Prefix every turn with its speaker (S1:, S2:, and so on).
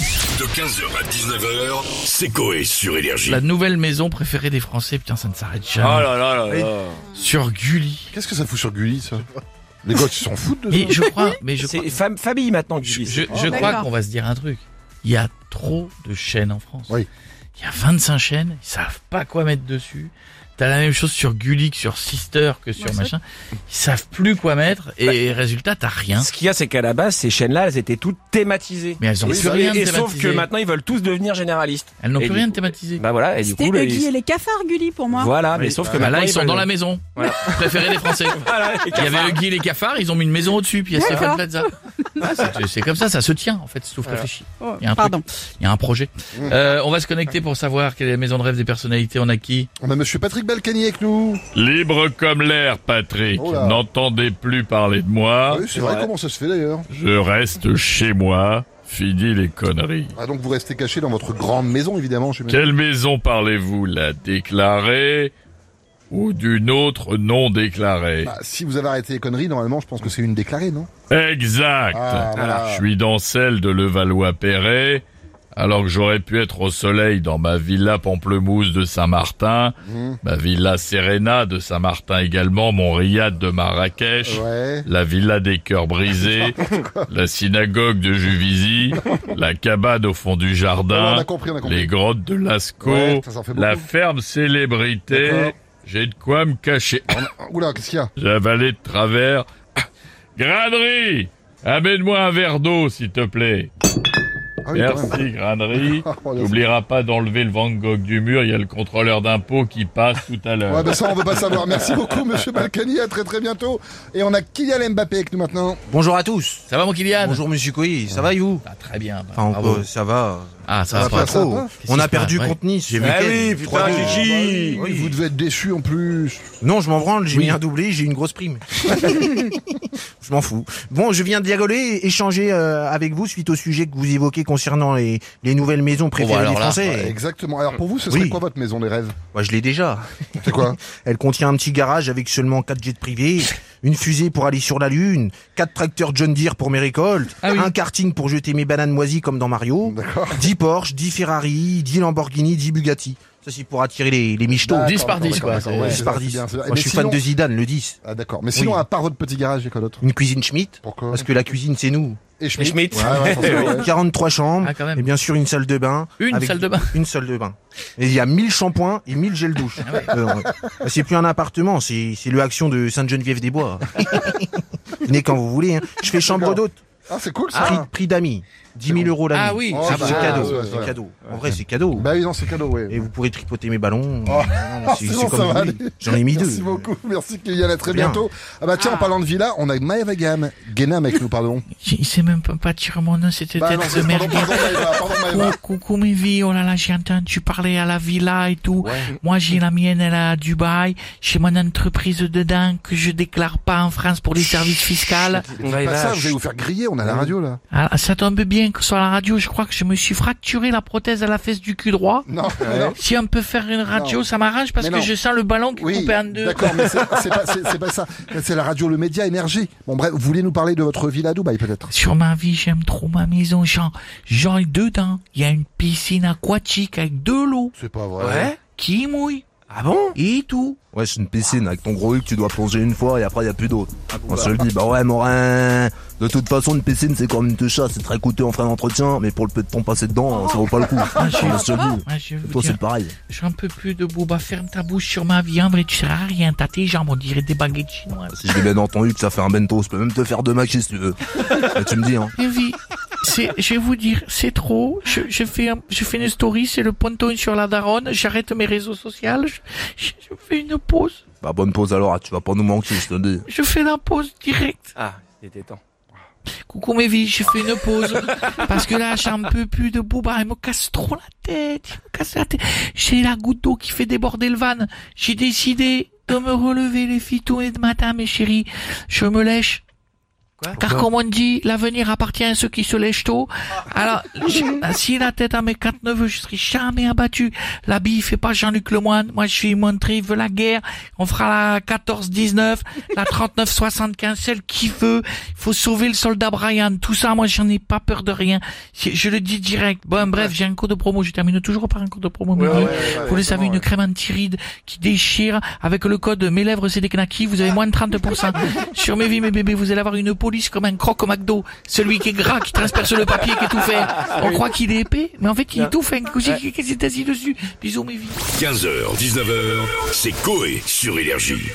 S1: De 15h à 19h, c'est Coé sur Énergie.
S2: La nouvelle maison préférée des Français, putain, ça ne s'arrête jamais.
S3: Oh là là là là.
S2: Sur Gulli.
S4: Qu'est-ce que ça fout sur Gulli, ça Les gosses, ils s'en foutent de ça
S2: Et je crois, mais je crois,
S3: C'est fam- famille maintenant que
S2: je,
S3: je
S2: je-
S3: dis.
S2: je crois
S5: d'accord.
S2: qu'on va se dire un truc. Il y a trop de chaînes en France.
S4: Oui.
S2: Il y a 25 chaînes, ils savent pas quoi mettre dessus. T'as la même chose sur Gulli que sur Sister que sur
S5: Ouais, c'est
S2: machin. Ils savent plus quoi mettre et résultat, t'as rien.
S3: Ce qu'il y a, c'est qu'à la base, ces chaînes-là, elles étaient toutes thématisées.
S2: Mais elles ont
S3: et,
S2: plus rien de
S3: et sauf que
S2: thématisé.
S3: maintenant, ils veulent tous devenir généralistes.
S2: Elles n'ont
S3: Et
S2: plus
S3: du
S2: rien de
S3: coup-
S2: thématisé.
S3: Bah voilà, et du
S5: C'était
S3: coup, là,
S5: Huggy
S3: ils-
S5: et les cafards, Gulli, pour moi.
S3: voilà, mais sauf que
S2: Bah
S3: maintenant
S2: là, ils sont
S3: veulent-
S2: dans la maison
S3: euh, Voilà.
S2: préférée des Français.
S3: Voilà, les
S2: Il y
S3: cafards.
S2: avait Huggy et les cafards, ils ont mis une maison au-dessus, puis il y a Stéphane
S5: D'accord.
S2: Plaza. Ah, c'est- C'est comme ça, ça se tient en fait, sauf réfléchi.
S5: Oh,
S2: Il y a un truc.
S5: pardon.
S2: Il y a un projet. Euh, on va se connecter pour savoir quelle est la maison de rêve des personnalités. On a qui
S4: On a Ah, monsieur Patrick Balkany avec nous.
S6: Libre comme l'air, Patrick.
S4: Oh là.
S6: N'entendez plus parler de moi.
S4: Ah oui, c'est vrai, comment ça se fait d'ailleurs
S6: Je reste chez moi. Fini les conneries.
S4: Ah, donc vous restez caché dans votre grande maison, évidemment, chez
S6: Quelle maison parlez-vous La déclarée ou d'une autre non déclarée
S4: Bah, si vous avez arrêté les conneries, normalement, je pense que c'est une déclarée, non
S6: Exact.
S4: Ah, voilà.
S6: Je suis dans celle de Levallois-Perret, alors que j'aurais pu être au soleil dans ma villa Pamplemousse de Saint-Martin,
S4: Mmh.
S6: ma villa Serena de Saint-Martin également, mon riad de Marrakech.
S4: Ouais.
S6: la villa des cœurs brisés, la synagogue de Juvisy, la cabane au fond du
S4: Ah, on
S6: jardin,
S4: a compris, on a compris.
S6: les grottes de Lascaux,
S4: Ouais, ça, ça en fait
S6: la
S4: beaucoup.
S6: ferme
S4: D'accord.
S6: célébrité. J'ai de quoi me cacher.
S4: Ah, Oula, qu'est-ce qu'il y a
S6: J'ai avalé de travers. Granerie Amène-moi un verre d'eau, s'il te plaît.
S4: Ah oui, quand même.
S6: Merci, Granerie.
S4: Ah, voilà,
S6: N'oubliera pas d'enlever le Van Gogh du mur, il y a le contrôleur d'impôts qui passe tout à l'heure.
S4: Ouais, bah ça, on veut pas savoir. Merci beaucoup, monsieur Balkany. À très, très bientôt. Et on a Kylian Mbappé avec nous maintenant.
S7: Bonjour à tous.
S2: Ça va mon Kylian
S7: Bonjour Monsieur Coy, ça va et vous
S2: bah. Ah, Très bien. bah,
S7: Enfin, on-
S2: bravo.
S7: euh, ça va.
S2: Ah, ça,
S4: Ça
S2: va
S4: va
S2: pas.
S4: pas, ça va pas
S2: Qu'est-ce qui
S7: On
S2: se
S7: a perdu
S2: passe, ouais.
S7: contre Nice. J'ai vu.
S3: Ah
S7: qu'elle.
S3: oui,
S7: Trois
S3: putain,
S7: buts.
S3: Gigi
S7: Oui.
S4: Vous devez être déçu en plus.
S7: Non, je m'en branle. J'ai
S2: Bah Oui.
S7: mis un doublé, j'ai une grosse prime. je m'en fous. Bon, je viens de dialoguer, échanger euh, avec vous suite au sujet que vous évoquez concernant les, les nouvelles maisons
S2: Bon, bah,
S7: préférées
S2: alors
S7: des
S2: là,
S7: Français.
S4: Ouais, exactement. Alors pour vous, ce serait
S7: Eh. Oui.
S4: quoi votre maison des rêves
S7: Bah, je l'ai déjà.
S4: C'est quoi
S7: Elle contient un petit garage avec seulement 4 jets privés, une fusée pour aller sur la lune, quatre tracteurs John Deere pour mes récoltes,
S2: Ah oui.
S7: un karting pour jeter mes bananes moisies comme dans
S4: Bah,
S7: Mario, 10 Porsche, 10 Ferrari, 10 Lamborghini, 10 Bugatti. Ça c'est pour attirer les, les michetots.
S4: D'accord,
S2: 10 Ah, par
S4: d'accord,
S2: 10, quoi.
S4: d'accord,
S2: Ouais,
S4: c'est
S7: 10 par
S4: ça, c'est
S7: 10.
S4: bien, c'est bien.
S7: Moi,
S4: Mais
S7: je suis fan
S4: sinon-
S7: de Zidane, le 10.
S4: Ah d'accord. Mais sinon,
S7: Oui.
S4: à part votre petit garage, il y a quoi d'autre
S7: Une cuisine Schmidt,
S4: Pourquoi
S7: parce que la cuisine c'est nous.
S4: Et Schmitt.
S3: Schmitt.
S4: Ouais, ouais, forcément, ouais.
S7: 43 chambres,
S2: Ah, quand même.
S7: et bien sûr une salle de bain.
S2: Une
S7: avec-
S2: salle de bain.
S7: Une salle de bain. Et il y a 1000 shampoings et 1000 gels douche.
S4: Ah
S7: Euh, ouais. c'est plus un appartement, c'est c'est le action de Sainte-Geneviève-des-Bois. Venez quand vous voulez. hein. Je fais chambre
S4: D'accord.
S7: d'hôte,
S4: Ah, c'est cool ça.
S7: prix, prix d'amis, 10 000 euros l'année.
S2: Ah oui,
S4: Oh,
S7: c'est
S2: ça va.
S7: c'est
S4: bah,
S7: cadeau.
S4: ouais, ouais,
S7: c'est
S4: ouais.
S7: cadeau. En vrai, c'est cadeau.
S4: Bah oui, non, c'est cadeau, ouais.
S7: Et vous pourrez tripoter mes ballons.
S4: Oh.
S7: Non,
S4: Ah,
S7: c'est-
S4: c'est
S7: c'est
S4: bon,
S7: comme
S4: ça
S7: vous
S4: va
S7: voulez.
S4: aller.
S7: J'en ai mis deux.
S4: Merci beaucoup, merci Kylian, à très
S7: Bien.
S4: bientôt. Ah bah tiens, en parlant de villa, on a Maëva Gam, Guénam avec nous, pardon.
S2: J'ai- Il sait même pas- pas tirer mon nom, c'était
S4: Bah
S2: tête de
S4: c'est- pardon,
S2: merde.
S4: pardon Maëva, pardon Maëva.
S2: Cou- Coucou mes vies, oh là là, j'ai entendu parler à la villa et tout. Moi j'ai la mienne, elle est à Dubaï. J'ai mon entreprise dedans que je déclare pas en France pour les services fiscaux.
S4: Pas Bah, ça, vous allez vous faire griller, on a la radio là.
S2: Ah, ça tombe bien que sur la radio, je crois que je me suis fracturé la prothèse à la fesse du cul droit.
S4: Non, non.
S2: Si on peut faire une radio, ça m'arrange parce
S4: Mais
S2: que
S4: non.
S2: je sens le ballon qui
S4: Oui,
S2: coupe en deux.
S4: d'accord, mais c'est c'est pas, c'est- c'est pas ça. C'est la radio, le média, énergie. Bon bref, vous voulez nous parler de votre villa à Dubaï peut-être
S2: Sur ma vie, j'aime trop ma maison. Genre, genre dedans, il y a une piscine aquatique avec de l'eau
S4: C'est pas vrai.
S3: Ouais
S2: qui mouille
S3: Ah bon
S2: et tout.
S7: Ouais, c'est une piscine avec ton gros huc, tu dois plonger une fois et après il y a plus d'eau.
S4: Ah,
S7: On se le dit, bah ouais, Morin. De toute façon, une piscine c'est comme une techa, c'est très coûteux en frais d'entretien, mais pour le peu de temps passé dedans, ça vaut pas le coup.
S4: Ah,
S7: On se le dit.
S2: Ah, je Ah, veux
S7: Toi,
S2: dire,
S7: c'est pareil.
S2: j'en peux plus de Booba. Ferme ta bouche sur ma vie. En vrai, tu seras à rien. T'as tes jambes, on dirait des baguettes chinoises.
S7: Si j'ai bien entendu que ça fait un bento, je peux même te faire deux maquis si tu veux. Mais tu me dis, hein.
S2: Mais oui, c'est, je vais vous dire, c'est trop. Je, je fais, un- je fais une story, c'est le ponton sur la daronne. J'arrête mes réseaux sociaux. Je, je- je fais une pause.
S7: Bah bonne pause alors, tu vas pas nous manquer, je te le dis.
S2: Je fais la pause directe.
S3: Ah, il était temps.
S2: Coucou mes vies, je fais une pause. Parce que là, j'en peux plus de Booba. Il me casse trop la tête. Il me casse la tête. J'ai la goutte d'eau qui fait déborder le van. J'ai décidé de me relever les filles tous les matins, mes chéris. Je me lèche. Car comme on dit, l'avenir appartient à ceux qui se lèchent tôt. Alors, je- si la tête à mes quatre neveux, je serai jamais abattu. La bille fait pas Jean-Luc Lemoine. Moi, je suis montré, il veut la guerre. On fera la 14-19, la 39-75, celle qui veut. Il faut sauver le soldat Brian. Tout ça, moi, j'en ai pas peur de rien. Si- Je le dis direct. Bon, bref, j'ai un code de promo. Je termine toujours par un code de promo. mais oui. vous le savez, une crème anti-rides qui déchire avec le code mes lèvres c'est des knackis. Vous avez moins de 30% sur mes vies, mes bébés. Vous allez avoir une police comme un croc au McDo. Celui qui est gras, qui transperce le papier, qui est tout fait. On croit qu'il est épais, mais en fait, il est tout fait. Qu'est-ce qui est assis dessus? Bisous, mes vies.
S1: 15h, 19h, c'est Coé sur Énergie.